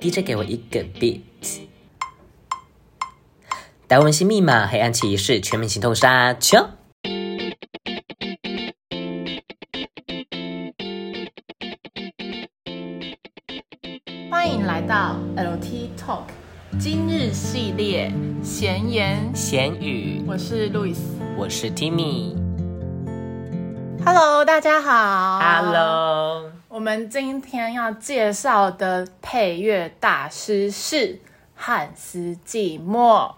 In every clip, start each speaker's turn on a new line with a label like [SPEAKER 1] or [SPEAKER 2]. [SPEAKER 1] DJ 给我一个 beat。达文西密码，黑暗骑士，全民行动沙丘。
[SPEAKER 2] 欢迎来到 LT Talk 今日系列闲言，
[SPEAKER 1] 咸鱼，
[SPEAKER 2] 我是路易斯。
[SPEAKER 1] 我是 Timmy。
[SPEAKER 2] Hello，大家好。。
[SPEAKER 1] Hello，
[SPEAKER 2] 我们今天要介绍的配乐大师是汉斯季默。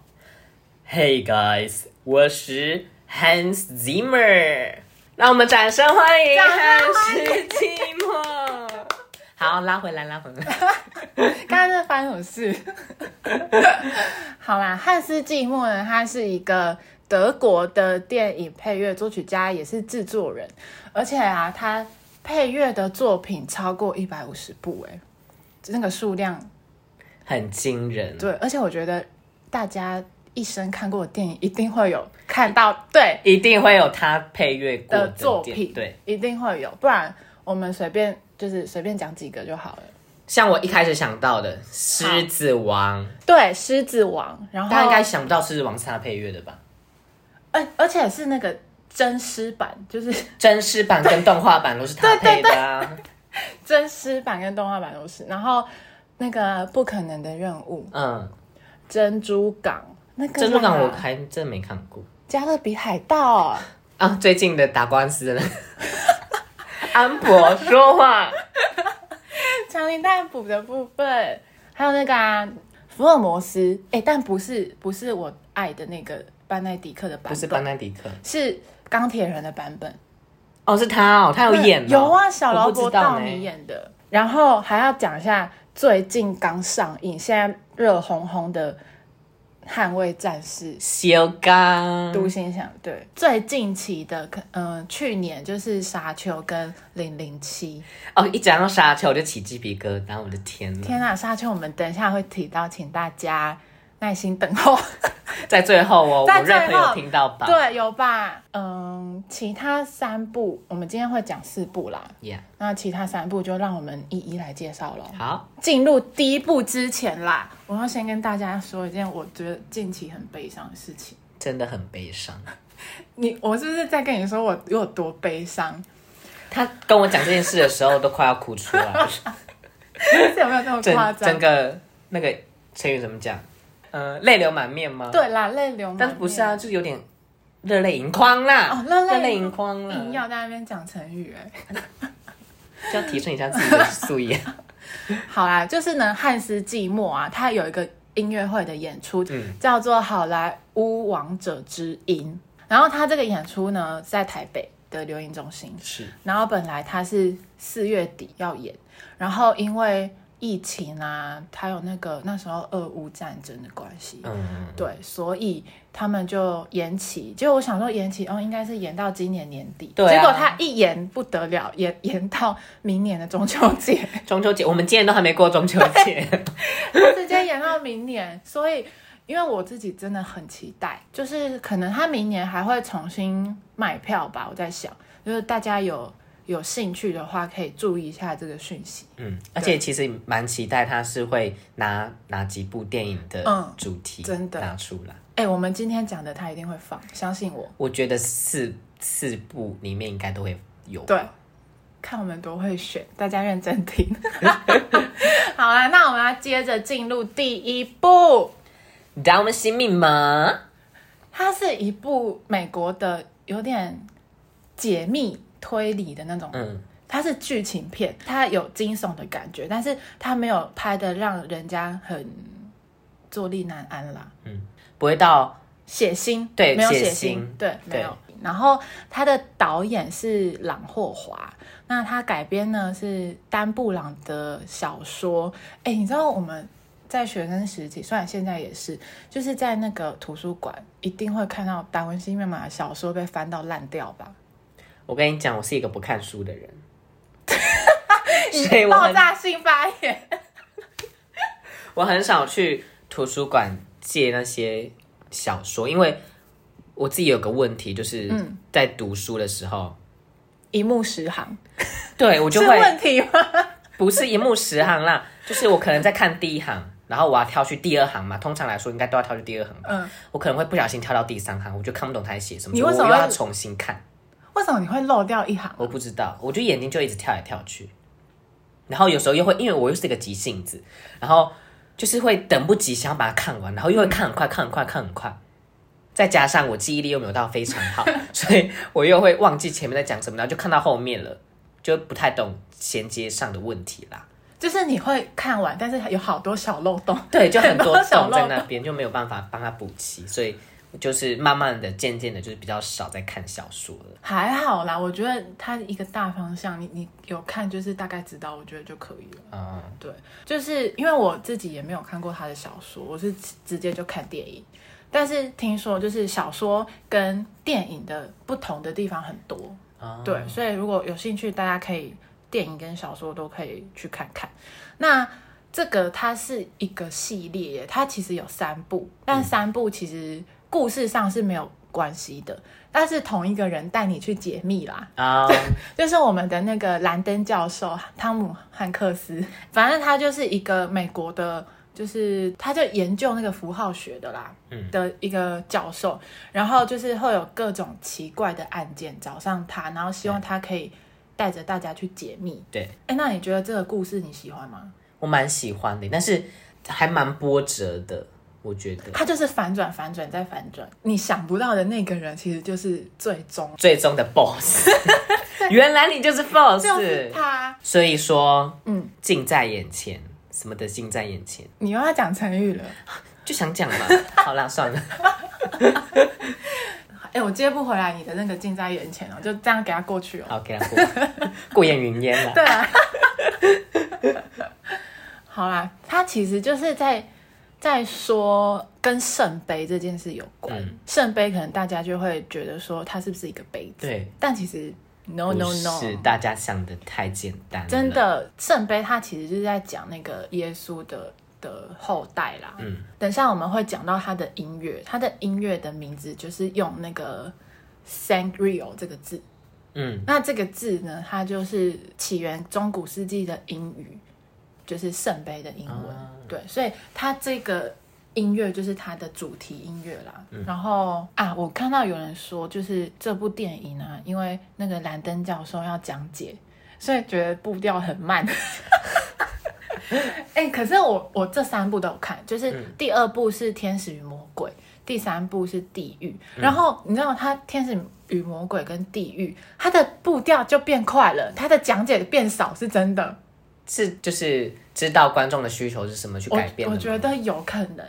[SPEAKER 1] Hey guys，我是 Hans Zimmer，让我们掌声欢迎
[SPEAKER 2] 掌声
[SPEAKER 1] 汉
[SPEAKER 2] 欢
[SPEAKER 1] 斯
[SPEAKER 2] 迎
[SPEAKER 1] 季默。好，拉回来，拉回来。
[SPEAKER 2] 刚刚在发生什么事？ 好啦，汉斯季默呢，他是一个德国的电影配乐作曲家，也是制作人，而且啊，他配乐的作品超过一百五十部、哎，那个数量
[SPEAKER 1] 很惊人，
[SPEAKER 2] 对，而且我觉得大家一生看过的电影一定会有看到对
[SPEAKER 1] 一定会有他配乐过
[SPEAKER 2] 的
[SPEAKER 1] 的
[SPEAKER 2] 作
[SPEAKER 1] 点
[SPEAKER 2] 品，
[SPEAKER 1] 对，，
[SPEAKER 2] 一定会有，不然我们随便就是随便讲几个就好了。
[SPEAKER 1] 像我一开始想到的《狮子王》，
[SPEAKER 2] 对，《狮子王》，然后
[SPEAKER 1] 大家应该想不到《狮子王》是他配乐的吧？
[SPEAKER 2] 而哎而且是那个真狮版，就是
[SPEAKER 1] 真狮版跟动画版都是他配的啊。
[SPEAKER 2] 真狮版跟动画版都是。然后那个不可能的任务，
[SPEAKER 1] 嗯，
[SPEAKER 2] 珍珠港那个
[SPEAKER 1] 珍珠港
[SPEAKER 2] 啦
[SPEAKER 1] 我还真没看过
[SPEAKER 2] 加勒比海盗、
[SPEAKER 1] 啊。最近的打官司呢， 安博说话，
[SPEAKER 2] 强林逮捕的部分，还有那个啊，福尔摩斯，哎、但不是不是我爱的那个班奈迪克的版
[SPEAKER 1] 不
[SPEAKER 2] 本，
[SPEAKER 1] 是班奈迪克
[SPEAKER 2] 是钢铁人的版本，
[SPEAKER 1] 哦，是他哦，他有演哦、
[SPEAKER 2] 对有啊，小劳
[SPEAKER 1] 我不
[SPEAKER 2] 勃
[SPEAKER 1] 知道
[SPEAKER 2] 道
[SPEAKER 1] 呢
[SPEAKER 2] 尼演的。然后还要讲一下最近刚上映，现在热烘烘的《捍卫战士》
[SPEAKER 1] 小刚，
[SPEAKER 2] 独行侠，对，最近期的，嗯、呃，去年就是《沙丘》跟《零零七》。
[SPEAKER 1] 哦，一讲到沙丘我就起鸡皮疙瘩，我的天呐！
[SPEAKER 2] 天呐、沙丘我们等一下会提到，请大家耐心等候。
[SPEAKER 1] 在最后哦，
[SPEAKER 2] 在
[SPEAKER 1] 我任何
[SPEAKER 2] 最后
[SPEAKER 1] 有听到吧？
[SPEAKER 2] 对，有吧？嗯，其他三部我们今天会讲四部啦，
[SPEAKER 1] ，Yeah，
[SPEAKER 2] 那其他三部就让我们一一来介绍喽。
[SPEAKER 1] 好，
[SPEAKER 2] 进入第一部之前啦，我要先跟大家说一件我觉得近期很悲伤的事情。
[SPEAKER 1] 真的很悲伤。
[SPEAKER 2] 你，我是不是在跟你说我我有多悲伤？
[SPEAKER 1] 他跟我讲这件事的时候，都快要哭出来了，
[SPEAKER 2] 是有没有这么夸
[SPEAKER 1] 整
[SPEAKER 2] 张
[SPEAKER 1] 整？个那个成语怎么讲？呃，泪流满面吗？，
[SPEAKER 2] 对啦，泪流满面。
[SPEAKER 1] 但是不是啊，就是有点热泪盈眶啦，
[SPEAKER 2] 哦热泪
[SPEAKER 1] 盈眶
[SPEAKER 2] 硬
[SPEAKER 1] 啦，
[SPEAKER 2] 要在那边讲成语哎、
[SPEAKER 1] 就要提升一下自己的 素养。
[SPEAKER 2] 好啦，就是呢，汉斯季默啊，他有一个音乐会的演出，
[SPEAKER 1] 嗯
[SPEAKER 2] 叫做《好莱坞王者之音》。然后他这个演出呢，是在台北的流行中心。
[SPEAKER 1] 是，
[SPEAKER 2] 然后本来他是四月底要演，然后因为疫情啊，还有那个那时候俄乌战争的关系，
[SPEAKER 1] 嗯，
[SPEAKER 2] 对，所以他们就延期。结果我想说延期哦，应该是延到今年年底。
[SPEAKER 1] 对啊
[SPEAKER 2] 结果他一延不得了，延延到明年的中秋节。
[SPEAKER 1] 中秋节我们今年都还没过中秋节，
[SPEAKER 2] 直接演到明年，所以因为我自己真的很期待，就是可能他明年还会重新卖票吧，我在想，就是大家有有兴趣的话，可以注意一下这个讯息。
[SPEAKER 1] 嗯， 而且其实蛮期待他是会拿哪几部电影的
[SPEAKER 2] 嗯
[SPEAKER 1] 主题
[SPEAKER 2] 真的
[SPEAKER 1] 拿出来。
[SPEAKER 2] 哎、我们今天讲的他一定会放，相信我。
[SPEAKER 1] 我觉得四四部里面应该都会有。
[SPEAKER 2] 对，看我们多会选，大家认真听。 好啦，那我们要接着进入第一部，
[SPEAKER 1] 达文西密码。
[SPEAKER 2] 它是一部美国的有点解密推理的那种
[SPEAKER 1] 嗯，
[SPEAKER 2] 它是剧情片，它有惊悚的感觉，但是它没有拍的让人家很坐立难安啦。
[SPEAKER 1] 不会到
[SPEAKER 2] 血腥，
[SPEAKER 1] 对
[SPEAKER 2] 没有
[SPEAKER 1] 血
[SPEAKER 2] 血
[SPEAKER 1] 腥
[SPEAKER 2] 对，
[SPEAKER 1] 对
[SPEAKER 2] 没有。然后它的导演是朗霍华，那他改编呢是丹布朗的小说。哎，你知道我们在学生时期，虽然现在也是，就是在那个图书馆一定会看到达文西密码的小说被翻到烂掉吧？
[SPEAKER 1] 我跟你讲，我是一个不看书的 人，所以我
[SPEAKER 2] 爆
[SPEAKER 1] 很
[SPEAKER 2] 炸性发言。
[SPEAKER 1] 我很少去图书馆借那些小说，因为我自己有个问题，就是
[SPEAKER 2] 嗯
[SPEAKER 1] 在读书的时 候，
[SPEAKER 2] 一目十行
[SPEAKER 1] 对我就是会
[SPEAKER 2] 问题吗？
[SPEAKER 1] 不是一目十行啦，就是我可能在看第一行，然后我要跳去第二行嘛，通常来说应该都要跳去第二行吧。
[SPEAKER 2] 嗯，
[SPEAKER 1] 我可能会不小心跳到第三行，我就看不懂他在写什么，
[SPEAKER 2] 你
[SPEAKER 1] 所以
[SPEAKER 2] 为什么
[SPEAKER 1] 我又
[SPEAKER 2] 会
[SPEAKER 1] 要重新看？
[SPEAKER 2] 为什么你会漏掉一行？
[SPEAKER 1] 我不知道，我就眼睛就一直跳来跳去，然后有时候又会，因为我又是一个急性子，然后就是会等不及想要把它看完，然后又会看很快，看很快，看很快。再加上我记忆力又没有到非常 好，所以我又会忘记前面在讲什么，然后就看到后面了，就不太懂衔接上的问题啦。
[SPEAKER 2] 就是你会看完，但是有好多小漏洞。
[SPEAKER 1] 对，就很多洞
[SPEAKER 2] 小漏
[SPEAKER 1] 在那边，就没有办法帮他补齐，所以就是慢慢的、渐渐的，就是比较少在看小说了。
[SPEAKER 2] 还好啦，我觉得它一个大方向，你你有看就是大概知道，我觉得就可以了。
[SPEAKER 1] 嗯，
[SPEAKER 2] 对，就是因为我自己也没有看过他的小说，我是直直接就看电影。但是听说就是小说跟电影的不同的地方很多，
[SPEAKER 1] 哦
[SPEAKER 2] 对，所以如果有兴趣，大家可以电影跟小说都可以去看看。那这个它是一个系列耶，它其实有三部，但三部其实故事上是没有关系的，但是同一个人带你去解密啦。
[SPEAKER 1] 啊，
[SPEAKER 2] 就是我们的那个兰登教授汤姆汉克斯，反正他就是一个美国的，就是他就研究那个符号学的啦，
[SPEAKER 1] 嗯
[SPEAKER 2] 的一个教授，然后就是会有各种奇怪的案件找上他，然后希望他可以带着大家去解密。
[SPEAKER 1] 对
[SPEAKER 2] 哎，那你觉得这个故事你喜欢吗？
[SPEAKER 1] 我蛮喜欢的，但是还蛮波折的，我觉得。
[SPEAKER 2] 他就是反转、反转再反转，你想不到的那个人其实就是最终
[SPEAKER 1] 最终的 BOSS，原来你就是 BOSS，
[SPEAKER 2] 就是他。
[SPEAKER 1] 所以说，
[SPEAKER 2] 嗯，
[SPEAKER 1] 近在眼前，什么的近在眼前，
[SPEAKER 2] 你又要讲成语了。
[SPEAKER 1] 就想讲 嘛。好啦，算了，
[SPEAKER 2] 哎、我接不回来你的那个近在眼前哦，就这样给他过去哦。
[SPEAKER 1] 好，给他过过眼云烟了。
[SPEAKER 2] 对啊， 好啦，他其实就是在在说跟圣杯这件事有关。
[SPEAKER 1] 嗯
[SPEAKER 2] 圣杯可能大家就会觉得说它是不是一个杯子？
[SPEAKER 1] 对，
[SPEAKER 2] 但其实 no
[SPEAKER 1] 不
[SPEAKER 2] no
[SPEAKER 1] 是
[SPEAKER 2] no，
[SPEAKER 1] 大家想的太简单了，
[SPEAKER 2] 真的圣杯它其实就是在讲那个耶稣的的后代啦。
[SPEAKER 1] 嗯，
[SPEAKER 2] 等一下我们会讲到他的音乐，他的音乐的名字就是用那个 sangrio 这个字。
[SPEAKER 1] 嗯，
[SPEAKER 2] 那这个字呢，它就是起源中古世纪的英语，就是圣杯的英文。
[SPEAKER 1] 啊
[SPEAKER 2] 对，所以它这个音乐就是它的主题音乐啦。然后啊，我看到有人说，就是这部电影啊，因为那个兰登教授要讲解，所以觉得步调很慢。 哎、可是我我这三部都有看，就是第二部是《天使与魔鬼》，第三部是《地狱》。然后你知道它《天使与魔鬼》跟《地狱》，它的步调就变快了，它的讲解变少，是真的。
[SPEAKER 1] 是就是知道观众的需求是什么去
[SPEAKER 2] 我
[SPEAKER 1] 改变的
[SPEAKER 2] 我
[SPEAKER 1] 吗
[SPEAKER 2] 觉得有可能，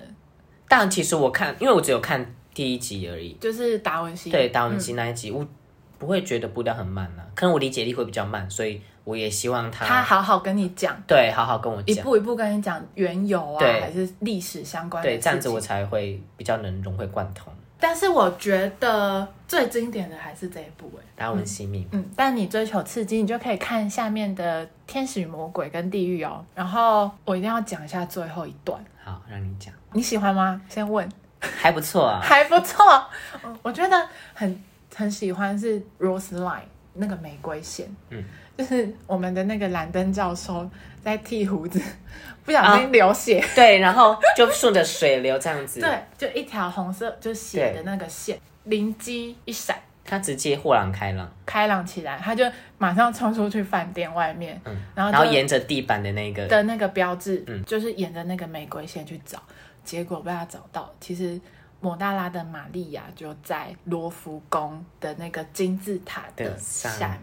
[SPEAKER 1] 但其实我看，因为我只有看第一集而已，
[SPEAKER 2] 就是达文西。
[SPEAKER 1] 对，达文西那一集，我不会觉得步调很慢啊，可能我理解力会比较慢，所以我也希望他
[SPEAKER 2] 他好好跟你讲，
[SPEAKER 1] 对好好跟我
[SPEAKER 2] 一
[SPEAKER 1] 讲，
[SPEAKER 2] 步一步跟你讲缘由啊，
[SPEAKER 1] 对
[SPEAKER 2] 还是历史相关的
[SPEAKER 1] 对，这样子
[SPEAKER 2] 事
[SPEAKER 1] 我
[SPEAKER 2] 情
[SPEAKER 1] 才会比较能融会贯通。
[SPEAKER 2] 但是我觉得最经典的还是这一部哎、
[SPEAKER 1] 达文西密码，
[SPEAKER 2] 嗯，但你追求刺激，你就可以看下面的《天使与魔鬼》跟《地狱》哦。然后我一定要讲一下最后一段，
[SPEAKER 1] 好，让你讲，
[SPEAKER 2] 你喜欢吗？先问，
[SPEAKER 1] 还不错啊。
[SPEAKER 2] 还不错，我我觉得很很喜欢是 Rose Line 那个玫瑰线，
[SPEAKER 1] 嗯，
[SPEAKER 2] 就是我们的那个兰登教授在剃胡子， 不小
[SPEAKER 1] 啊
[SPEAKER 2] 心流血，
[SPEAKER 1] 对，然后就顺着水流这样子，
[SPEAKER 2] 对，就一条红色就血的
[SPEAKER 1] 对
[SPEAKER 2] 那个线，灵机一闪。
[SPEAKER 1] 他直接豁然开朗，
[SPEAKER 2] 开朗起来，他就马上冲出去饭店外面，
[SPEAKER 1] 嗯，
[SPEAKER 2] 然后
[SPEAKER 1] 然后
[SPEAKER 2] 就
[SPEAKER 1] 沿着地板的那个，
[SPEAKER 2] 的那个标志，
[SPEAKER 1] 嗯
[SPEAKER 2] 就是沿着那个玫瑰线去找，结果被他找到。其实抹大拉的玛利亚就在罗浮宫的那个金字塔的
[SPEAKER 1] 的上
[SPEAKER 2] 下，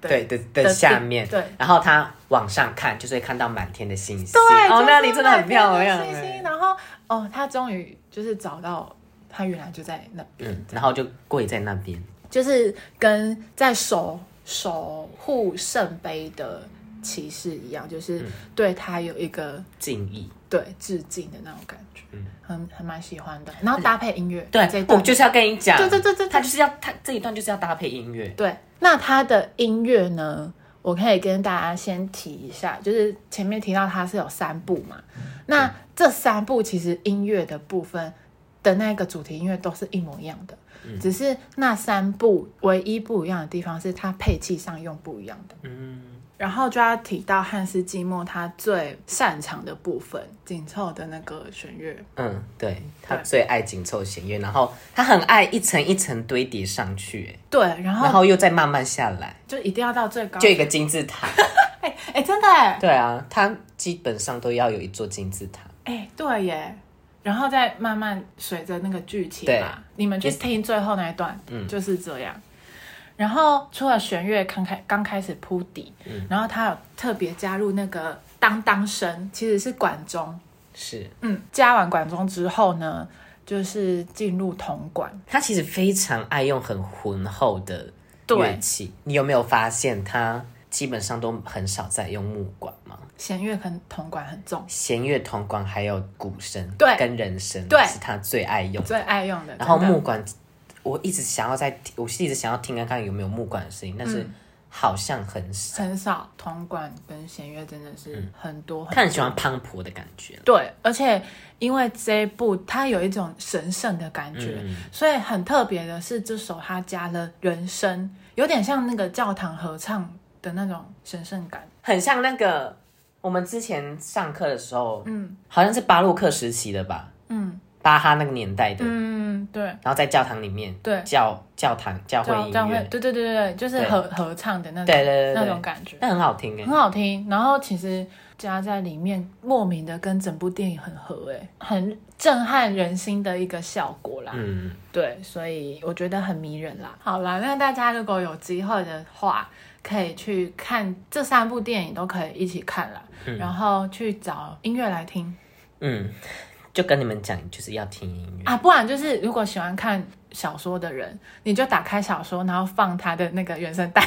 [SPEAKER 1] 对的的下面，
[SPEAKER 2] 对。
[SPEAKER 1] 然后他往上看，就是会看到满天的星星。
[SPEAKER 2] 对，
[SPEAKER 1] 哦
[SPEAKER 2] 就，是
[SPEAKER 1] 那里真的很漂亮
[SPEAKER 2] 满天的星星
[SPEAKER 1] 哎。
[SPEAKER 2] 然后哦，他终于就是找到他原来就在那边，
[SPEAKER 1] 嗯，然后就跪在那边，
[SPEAKER 2] 就是跟在守守护圣杯的骑士一样，就是
[SPEAKER 1] 嗯
[SPEAKER 2] 对他有一个
[SPEAKER 1] 敬意。
[SPEAKER 2] 对致敬的那种感觉，
[SPEAKER 1] 嗯
[SPEAKER 2] 很很蛮喜欢的。然后搭配音乐，
[SPEAKER 1] 对
[SPEAKER 2] 这一，
[SPEAKER 1] 我
[SPEAKER 2] 段
[SPEAKER 1] 就是要跟你讲，
[SPEAKER 2] 对对对对
[SPEAKER 1] 他就是要他这一段就是要搭配音乐。
[SPEAKER 2] 对。那他的音乐呢，我可以跟大家先提一下，就是前面提到它是有三部嘛，那这三部其实音乐的部分的那个主题音乐都是一模一样的，只是那三部唯一不一样的地方是它配器上用不一样的。
[SPEAKER 1] 嗯，
[SPEAKER 2] 然后就要提到汉斯季默他最擅长的部分，紧凑的那个弦乐。
[SPEAKER 1] 嗯，对他
[SPEAKER 2] 对
[SPEAKER 1] 最爱紧凑弦乐，然后他很爱一层一层堆叠上去，哎
[SPEAKER 2] 对，然
[SPEAKER 1] 然
[SPEAKER 2] 后
[SPEAKER 1] 后又哦再慢慢下来，
[SPEAKER 2] 就一定要到最高。
[SPEAKER 1] 就一个金字 塔。
[SPEAKER 2] 哎哎，真的哎
[SPEAKER 1] 对啊，他基本上都要有一座金字塔。
[SPEAKER 2] 哎，对耶。然后再慢慢随着那个剧情
[SPEAKER 1] 对嗯
[SPEAKER 2] 嘛，你们去听最后那一段，就是这样。然后除了弦乐刚开刚开始铺底，
[SPEAKER 1] 嗯
[SPEAKER 2] 然后他有特别加入那个当当声，其实是管钟。
[SPEAKER 1] 是
[SPEAKER 2] 嗯，加完管钟之后呢，就是进入铜管。
[SPEAKER 1] 他其实非常爱用很浑厚的
[SPEAKER 2] 对
[SPEAKER 1] 乐器，你有没有发现他基本上都很少在用木管吗？
[SPEAKER 2] 弦乐跟铜管很重，
[SPEAKER 1] 弦乐、铜管还有鼓声，
[SPEAKER 2] 对
[SPEAKER 1] 跟人声，
[SPEAKER 2] 对
[SPEAKER 1] 是他最爱用的。
[SPEAKER 2] 最爱用的。
[SPEAKER 1] 然后
[SPEAKER 2] 真的
[SPEAKER 1] 木管，我一直想要在听，我是一直想要听看看有没有木管的声音，但是好像很少。
[SPEAKER 2] 很少，铜管跟弦乐真的是
[SPEAKER 1] 嗯
[SPEAKER 2] 很多很
[SPEAKER 1] 他很喜欢磅礴的感觉，
[SPEAKER 2] 对，而且因为这一部它有一种神圣的感觉，
[SPEAKER 1] 嗯
[SPEAKER 2] 所以很特别的是这首它加了人声，有点像那个教堂合唱的那种神圣感。
[SPEAKER 1] 很像那个我们之前上课的时候，嗯，好像是巴洛克时期的吧，嗯，巴哈那个年代的，
[SPEAKER 2] 嗯，对，
[SPEAKER 1] 然后在教堂里面，
[SPEAKER 2] 对
[SPEAKER 1] 教教堂教会
[SPEAKER 2] 教
[SPEAKER 1] 音
[SPEAKER 2] 教会
[SPEAKER 1] 乐，，
[SPEAKER 2] 对对对对对，就是
[SPEAKER 1] 对
[SPEAKER 2] 合合唱的那种
[SPEAKER 1] 对对对
[SPEAKER 2] 那
[SPEAKER 1] 对
[SPEAKER 2] 种感觉。
[SPEAKER 1] 那很好听哎
[SPEAKER 2] 很，好听，然后其实加在里面，莫名的跟整部电影很合、欸，很震撼人心的一个效果啦。
[SPEAKER 1] 嗯，
[SPEAKER 2] 对，所以我觉得很迷人啦。好啦，那大家如果有机会的话，可以去看这三部电影，都可以一起看啦，然后去找音乐来听
[SPEAKER 1] 嗯，就跟你们讲，就是要听 音乐。
[SPEAKER 2] 啊。不然就是如果喜欢看小说的人，你就打开小说，然后放他的那个原声 带。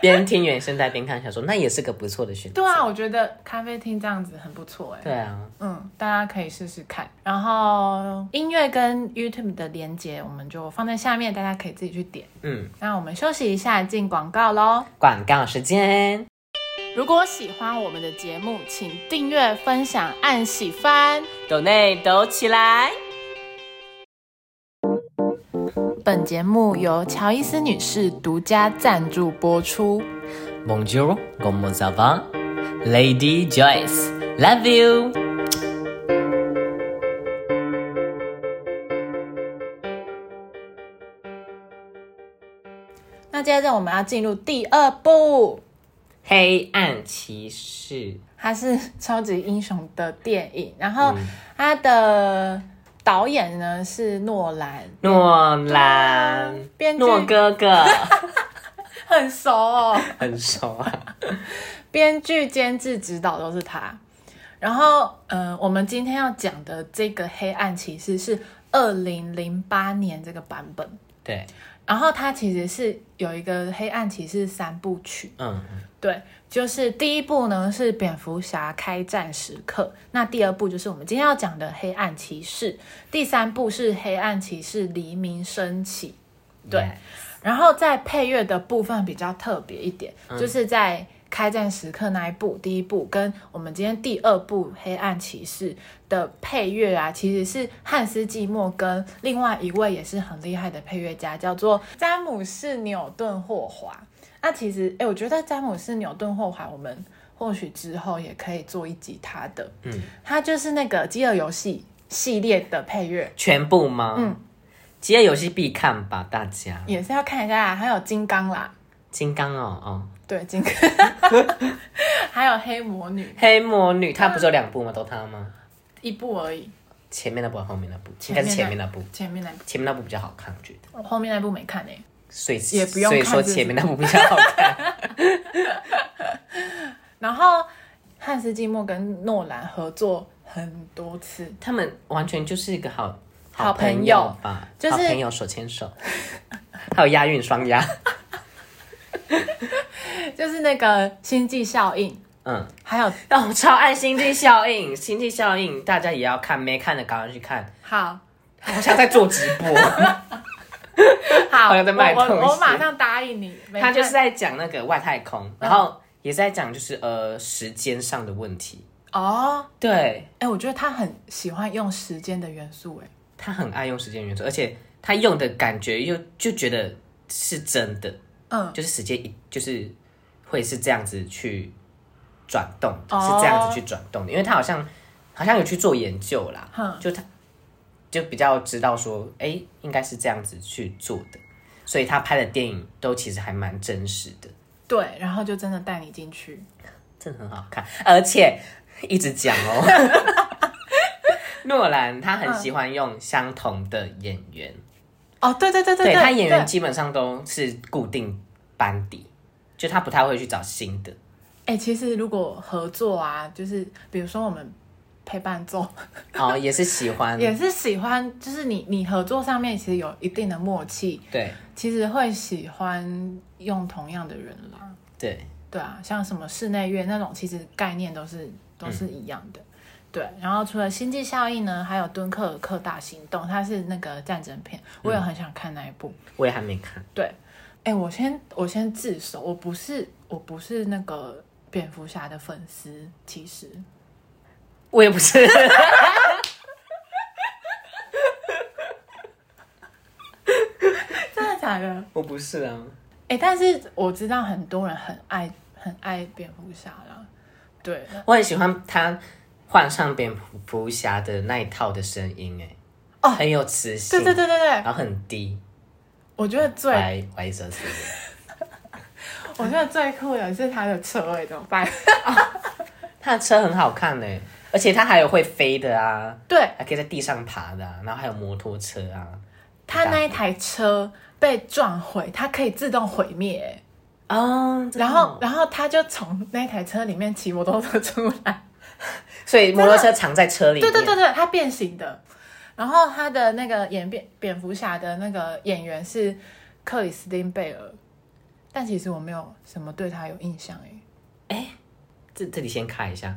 [SPEAKER 1] 边听原声带边看小说，那也是个不错的选择。
[SPEAKER 2] 对啊，我觉得咖啡厅这样子很不错哎、
[SPEAKER 1] 对啊，
[SPEAKER 2] 嗯，大家可以试试看。然后音乐跟 YouTube 的连接，我们就放在下面，大家可以自己去点。
[SPEAKER 1] 嗯，
[SPEAKER 2] 那我们休息一下，进广告喽。
[SPEAKER 1] 广告时间，
[SPEAKER 2] 如果喜欢我们的节目，请订阅、分享、按喜欢。
[SPEAKER 1] 抖内抖起来。
[SPEAKER 2] 本节目由乔伊斯女士独家赞助播出。
[SPEAKER 1] Bonjour, comment ça va? Lady Joyce, love you.
[SPEAKER 2] 那接着我们要进入第二部，
[SPEAKER 1] 黑暗骑士，
[SPEAKER 2] 它是超级英雄的电影，然后它的导演呢是诺兰，
[SPEAKER 1] 诺兰，
[SPEAKER 2] 编剧
[SPEAKER 1] 诺哥 哥，
[SPEAKER 2] 很熟哦。
[SPEAKER 1] 很熟啊。
[SPEAKER 2] 编剧、监制、指导都是他。然后，呃，我们今天要讲的这个《黑暗骑士》是二零零八年这个版本。
[SPEAKER 1] 对，
[SPEAKER 2] 然后它其实是有一个《黑暗骑士》三部曲，
[SPEAKER 1] 嗯，
[SPEAKER 2] 对，就是第一部呢是蝙蝠侠开战时刻，那第二部就是我们今天要讲的《黑暗骑士》，第三部是《黑暗骑士黎明升起》。对
[SPEAKER 1] Yes，
[SPEAKER 2] 然后在配乐的部分比较特别一点，就是在开战时刻那一部第一部跟我们今天第二部《黑暗骑士》的配乐啊，其实是汉斯季默跟另外一位也是很厉害的配乐家，叫做詹姆士纽顿霍华。那其实，哎，我觉得詹姆士纽顿霍华，我们或许之后也可以做一集他的，嗯，他就是那个《饥饿游戏》系列的配乐，
[SPEAKER 1] 全部吗？嗯，饥饿游戏必看吧，大家。
[SPEAKER 2] 也是要看一下啦，还有金刚啦。
[SPEAKER 1] 金刚哦，哦，
[SPEAKER 2] 对，金刚， 还有黑魔女
[SPEAKER 1] 黑魔女，她不是有两部吗？都她吗？
[SPEAKER 2] 一部而已，
[SPEAKER 1] 前面那部，还是后面那部，应该是前面那部，
[SPEAKER 2] 前面那部，
[SPEAKER 1] 前面那部比较好看，我觉得。
[SPEAKER 2] 我后面那部没看呢、欸
[SPEAKER 1] 所以
[SPEAKER 2] 也不用
[SPEAKER 1] 所以
[SPEAKER 2] 看
[SPEAKER 1] 说
[SPEAKER 2] 是不是
[SPEAKER 1] 前面那部比较好看。
[SPEAKER 2] 然后汉斯季默跟诺兰合作很多次，
[SPEAKER 1] 他们完全就是一个好
[SPEAKER 2] 好朋友
[SPEAKER 1] 朋友吧，
[SPEAKER 2] 就是
[SPEAKER 1] 好朋友手牵手， 还有押韵双 押。
[SPEAKER 2] 就是那个《星际效应》，
[SPEAKER 1] 嗯，
[SPEAKER 2] 还有
[SPEAKER 1] 但我超爱《星际效应》， 《星际效应》大家也要看，没看的赶快去看。
[SPEAKER 2] 好
[SPEAKER 1] 我想在做直 播，
[SPEAKER 2] 好，
[SPEAKER 1] 好像在卖
[SPEAKER 2] 我
[SPEAKER 1] 东西
[SPEAKER 2] 我我马上答应你，没
[SPEAKER 1] 他就是
[SPEAKER 2] 看
[SPEAKER 1] 在讲那个外太空，然后也是在讲就是呃时间上的问题。
[SPEAKER 2] 哦，
[SPEAKER 1] 对
[SPEAKER 2] 哎、我觉得他很喜欢用时间的元素、哎，
[SPEAKER 1] 他很爱用时间元素，而且他用的感觉又就觉得是真的，
[SPEAKER 2] 嗯，
[SPEAKER 1] 就是时间一就是会是这样子去转动的，
[SPEAKER 2] 哦
[SPEAKER 1] 是这样子去转动的，因为他好像好像有去做研究啦，
[SPEAKER 2] 哼
[SPEAKER 1] 就他就比较知道说，哎、应该是这样子去做的，所以他拍的电影都其实还蛮真实的，
[SPEAKER 2] 对，然后就真的带你进去。
[SPEAKER 1] 真的很好看，而且一直讲哦。 诺兰他很喜欢用相同的演员，
[SPEAKER 2] 哦，对对对对
[SPEAKER 1] 对
[SPEAKER 2] 对
[SPEAKER 1] 他演员
[SPEAKER 2] 对
[SPEAKER 1] 基本上都是固定班底，就他不太会去找新的。
[SPEAKER 2] 哎、其实如果合作啊，就是比如说我们陪伴奏，
[SPEAKER 1] 哦，也是喜欢，
[SPEAKER 2] 也是喜欢，就是你你合作上面其实有一定的默契，
[SPEAKER 1] 对
[SPEAKER 2] 其实会喜欢用同样的人啦。
[SPEAKER 1] 对，
[SPEAKER 2] 对啊，像什么室内乐那种，其实概念都是都是一样的。对，然后除了《星际效应》呢，还有《敦刻尔克大行动》，它是那个战争片，我也很想看那一部。
[SPEAKER 1] 我也还没看。
[SPEAKER 2] 对，哎，我先我先自首，我不是我不是那个蝙蝠侠的粉丝，其实
[SPEAKER 1] 我也不是，
[SPEAKER 2] 真的假的？
[SPEAKER 1] 我不是啊。
[SPEAKER 2] 哎，但是我知道很多人很爱很爱蝙蝠侠啦。对，
[SPEAKER 1] 我很喜欢他换上蝙蝠侠的那一套的声音，哎，
[SPEAKER 2] 哦
[SPEAKER 1] 很有磁性，
[SPEAKER 2] 对对对对对
[SPEAKER 1] 然，后很低，
[SPEAKER 2] 我觉得最
[SPEAKER 1] 白白色丝，
[SPEAKER 2] 我觉得最酷的是他的车尾怎么办？
[SPEAKER 1] 他的车很好看呢，而且他还有会飞的啊，
[SPEAKER 2] 对
[SPEAKER 1] 还可以在地上爬的、啊，然后还有摩托车啊，
[SPEAKER 2] 他那一台车被撞毁，它可以自动毁灭欸。
[SPEAKER 1] 哦，
[SPEAKER 2] 然后，然后他就从那台车里面骑摩托车出来。
[SPEAKER 1] 所以摩托车藏在车里面，
[SPEAKER 2] 对对对对，它变形的。然后他的那个演蝙蝙蝠侠的那个演员是克里斯汀贝尔，但其实我没有什么对他有印象欸诶。
[SPEAKER 1] 这这里先看一下，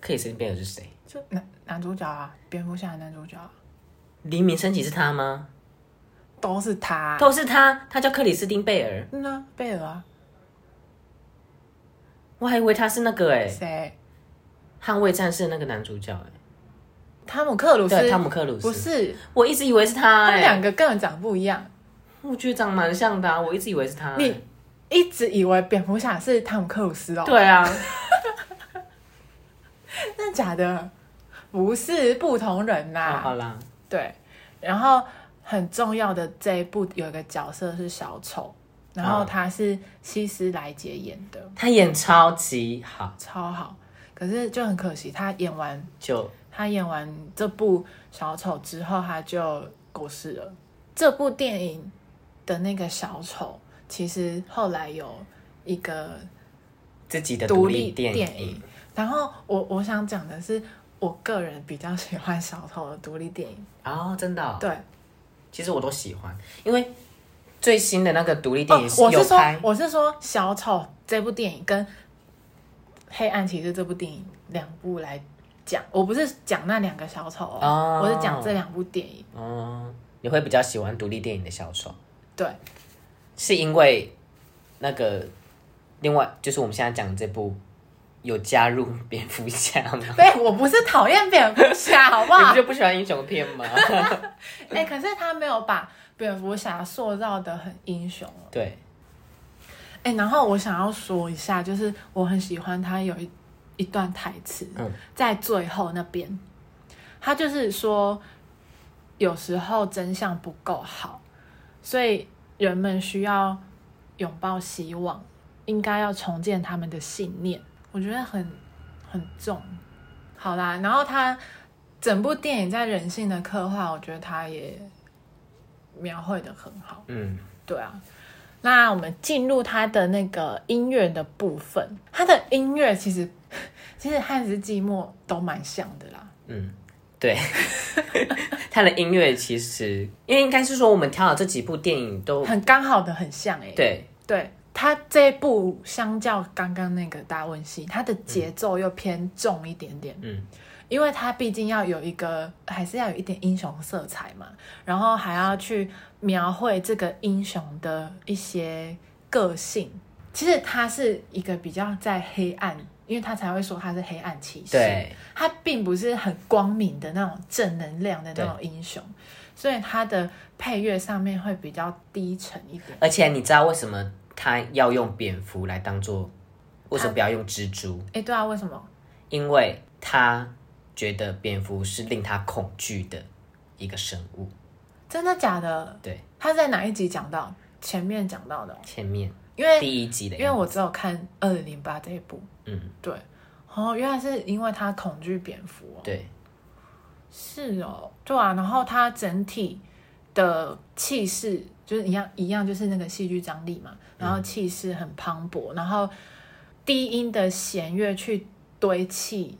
[SPEAKER 1] 克里斯汀贝尔是谁？
[SPEAKER 2] 就男男主角啊，蝙蝠侠的男主角啊、
[SPEAKER 1] 黎明升起是他吗？
[SPEAKER 2] 都是他。
[SPEAKER 1] 都是他，他叫克里斯汀贝尔，
[SPEAKER 2] 嗯啊，贝尔啊，
[SPEAKER 1] 我还以为他是那个哎、
[SPEAKER 2] 谁？
[SPEAKER 1] 捍卫战士那个男主角哎、
[SPEAKER 2] 汤姆克鲁斯？
[SPEAKER 1] 对，啊汤姆克鲁斯，
[SPEAKER 2] 不是，
[SPEAKER 1] 我一直以为是他
[SPEAKER 2] 他
[SPEAKER 1] 哎、
[SPEAKER 2] 们两个根本长不一样。
[SPEAKER 1] 我觉得长蛮像的、啊，我一直以为是他、哎
[SPEAKER 2] 你一直以为蝙蝠侠是汤姆克鲁斯哦？，
[SPEAKER 1] 对啊，
[SPEAKER 2] 真的假的？不是不同人呐、
[SPEAKER 1] 好啊好啦，
[SPEAKER 2] 对，然后很重要的这一部有一个角色是小丑，然后
[SPEAKER 1] 哦
[SPEAKER 2] 他是希斯莱杰演的，
[SPEAKER 1] 他演超级好，
[SPEAKER 2] 超好。可是就很可惜，他演完
[SPEAKER 1] 就
[SPEAKER 2] 他演完这部小丑之后，他就过世了。这部电影的那个小丑，其实后来有一个
[SPEAKER 1] 自己的
[SPEAKER 2] 独
[SPEAKER 1] 独
[SPEAKER 2] 立
[SPEAKER 1] 立电影，
[SPEAKER 2] 电影然后我我想讲的是，我个人比较喜欢小丑的独立电影。
[SPEAKER 1] 哦，真的哦、
[SPEAKER 2] 对，
[SPEAKER 1] 其实我都喜欢，因为最新的那个独立电
[SPEAKER 2] 哦
[SPEAKER 1] 影，
[SPEAKER 2] 我
[SPEAKER 1] 有
[SPEAKER 2] 是说
[SPEAKER 1] 拍，
[SPEAKER 2] 我是说小丑这部电影跟《黑暗骑士》这部电影两部来讲，我不是讲那两个小丑哦，
[SPEAKER 1] 哦
[SPEAKER 2] 我是讲这两部电影。
[SPEAKER 1] 嗯，你会比较喜欢独立电影的小丑，
[SPEAKER 2] 对，
[SPEAKER 1] 是因为那个另外就是我们现在讲的这部有加入蝙蝠侠吗？
[SPEAKER 2] 对我不是讨厌蝙蝠侠，好不
[SPEAKER 1] 你
[SPEAKER 2] 好
[SPEAKER 1] 不？就不喜欢英雄片 吗？
[SPEAKER 2] 哎、可是他没有把蝙蝠侠塑造的很英雄哦
[SPEAKER 1] 对，
[SPEAKER 2] 哎、然后我想要说一下，就是我很喜欢他有一一段台词，
[SPEAKER 1] 嗯
[SPEAKER 2] 在最后那边，他就是说，有时候真相不够好，所以人们需要拥抱希望，应该要重建他们的信念。我觉得很很重。好啦，然后他整部电影在人性的刻画，我觉得他也描绘的很好。
[SPEAKER 1] 嗯，
[SPEAKER 2] 对啊，那我们进入他的那个音乐的部分，他的音乐其实 其实汉斯季默都蛮像的啦。
[SPEAKER 1] 嗯，对， 他的音乐其实，因为应该是说我们挑的这几部电影都
[SPEAKER 2] 很刚好的很像哎、欸，
[SPEAKER 1] 对，
[SPEAKER 2] 对，他这一部相较刚刚那个大问戏，他的节奏又偏重一点点，
[SPEAKER 1] 嗯，
[SPEAKER 2] 因为他毕竟要有一个，还是要有一点英雄色彩嘛，然后还要去描绘这个英雄的一些个性。其实他是一个比较在黑暗，因为他才会说他是黑暗骑士，
[SPEAKER 1] 对，
[SPEAKER 2] 他并不是很光明的那种正能量的那种英雄，所以他的配乐上面会比较低沉一点。
[SPEAKER 1] 而且你知道为什么他要用蝙蝠来当做为什么不要用蜘蛛？
[SPEAKER 2] 哎，对啊，为什么？
[SPEAKER 1] 因为他觉得蝙蝠是令他恐惧的一个生物。
[SPEAKER 2] 真的假的？
[SPEAKER 1] 对，
[SPEAKER 2] 他在哪一集讲到？前面讲到的哦，
[SPEAKER 1] 前面
[SPEAKER 2] 因为
[SPEAKER 1] 第一集的，
[SPEAKER 2] 因为我只有看《二零零八》这一部，
[SPEAKER 1] 嗯，
[SPEAKER 2] 对，哦，原来是因为他恐惧蝙蝠哦，
[SPEAKER 1] 对
[SPEAKER 2] 是哦，对啊，然后他整体的气势就是一样一样，就是那个戏剧张力嘛，然后气势很磅礴，然后低音的弦乐去堆砌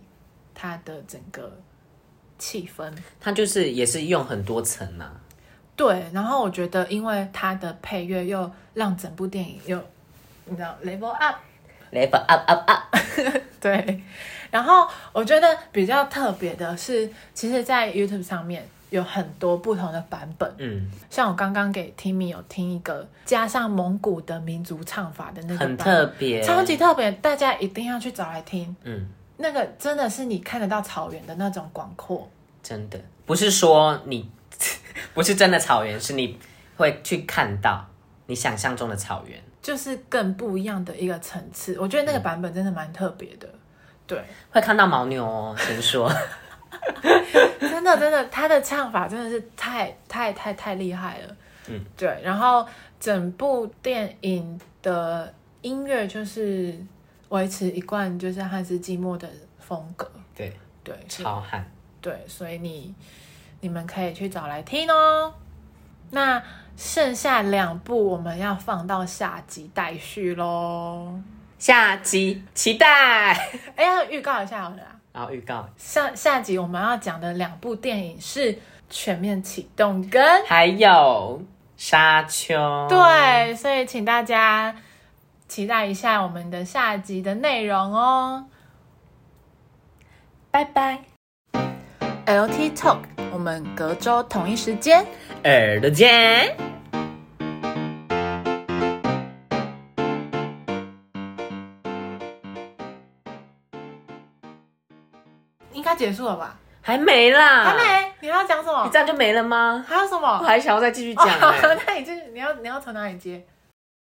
[SPEAKER 2] 他的整个气氛，
[SPEAKER 1] 他就是也是用很多层呐、啊，
[SPEAKER 2] 对，然后我觉得因为他的配乐又让整部电影又你知道 level up。
[SPEAKER 1] level up up up，
[SPEAKER 2] 对，然后我觉得比较特别的是，其实，在 YouTube 上面有很多不同的版本。
[SPEAKER 1] 嗯，
[SPEAKER 2] 像我刚刚给 Timmy 有听一个加上蒙古的民族唱法的那个版
[SPEAKER 1] 很
[SPEAKER 2] 本，
[SPEAKER 1] 特别，
[SPEAKER 2] 超级特别，大家一定要去找来听。
[SPEAKER 1] 嗯，
[SPEAKER 2] 那个真的是你看得到草原的那种广阔，
[SPEAKER 1] 真的不是说你 不是真的草原，是你会去看到你想象中的草原。
[SPEAKER 2] 就是更不一样的一个层次。我觉得
[SPEAKER 1] 嗯
[SPEAKER 2] 那个版本真的蛮特别的。对，
[SPEAKER 1] 会看到牦牛哦，先 说
[SPEAKER 2] 真的真的，他的唱法真的是太太太太厉害了。嗯，对。然后整部电影的音乐就是维持一贯就是汉斯季默的风格。
[SPEAKER 1] 对，
[SPEAKER 2] 对，是
[SPEAKER 1] 超汉，
[SPEAKER 2] 对，所以你你们可以去找来听哦。那剩下两部我们要放到下集待续喽。
[SPEAKER 1] 下集期待。
[SPEAKER 2] 哎，要预告一下好了啦。
[SPEAKER 1] 然后预告
[SPEAKER 2] 下下集我们要讲的两部电影是《全面启动》跟
[SPEAKER 1] 还有沙丘，，
[SPEAKER 2] 对，所以请大家期待一下我们的下集的内容哦。
[SPEAKER 1] 拜拜。
[SPEAKER 2] LT Talk，我们隔周同一时间
[SPEAKER 1] 耳朵见。
[SPEAKER 2] 应该结束了吧？
[SPEAKER 1] 还没啦，
[SPEAKER 2] 还，没，啊你要讲什
[SPEAKER 1] 你
[SPEAKER 2] 么？
[SPEAKER 1] 这样就没了吗？
[SPEAKER 2] 还有什么？ 哦
[SPEAKER 1] 我还想要再继续讲、欸，
[SPEAKER 2] 那你这你要你要从哪里接？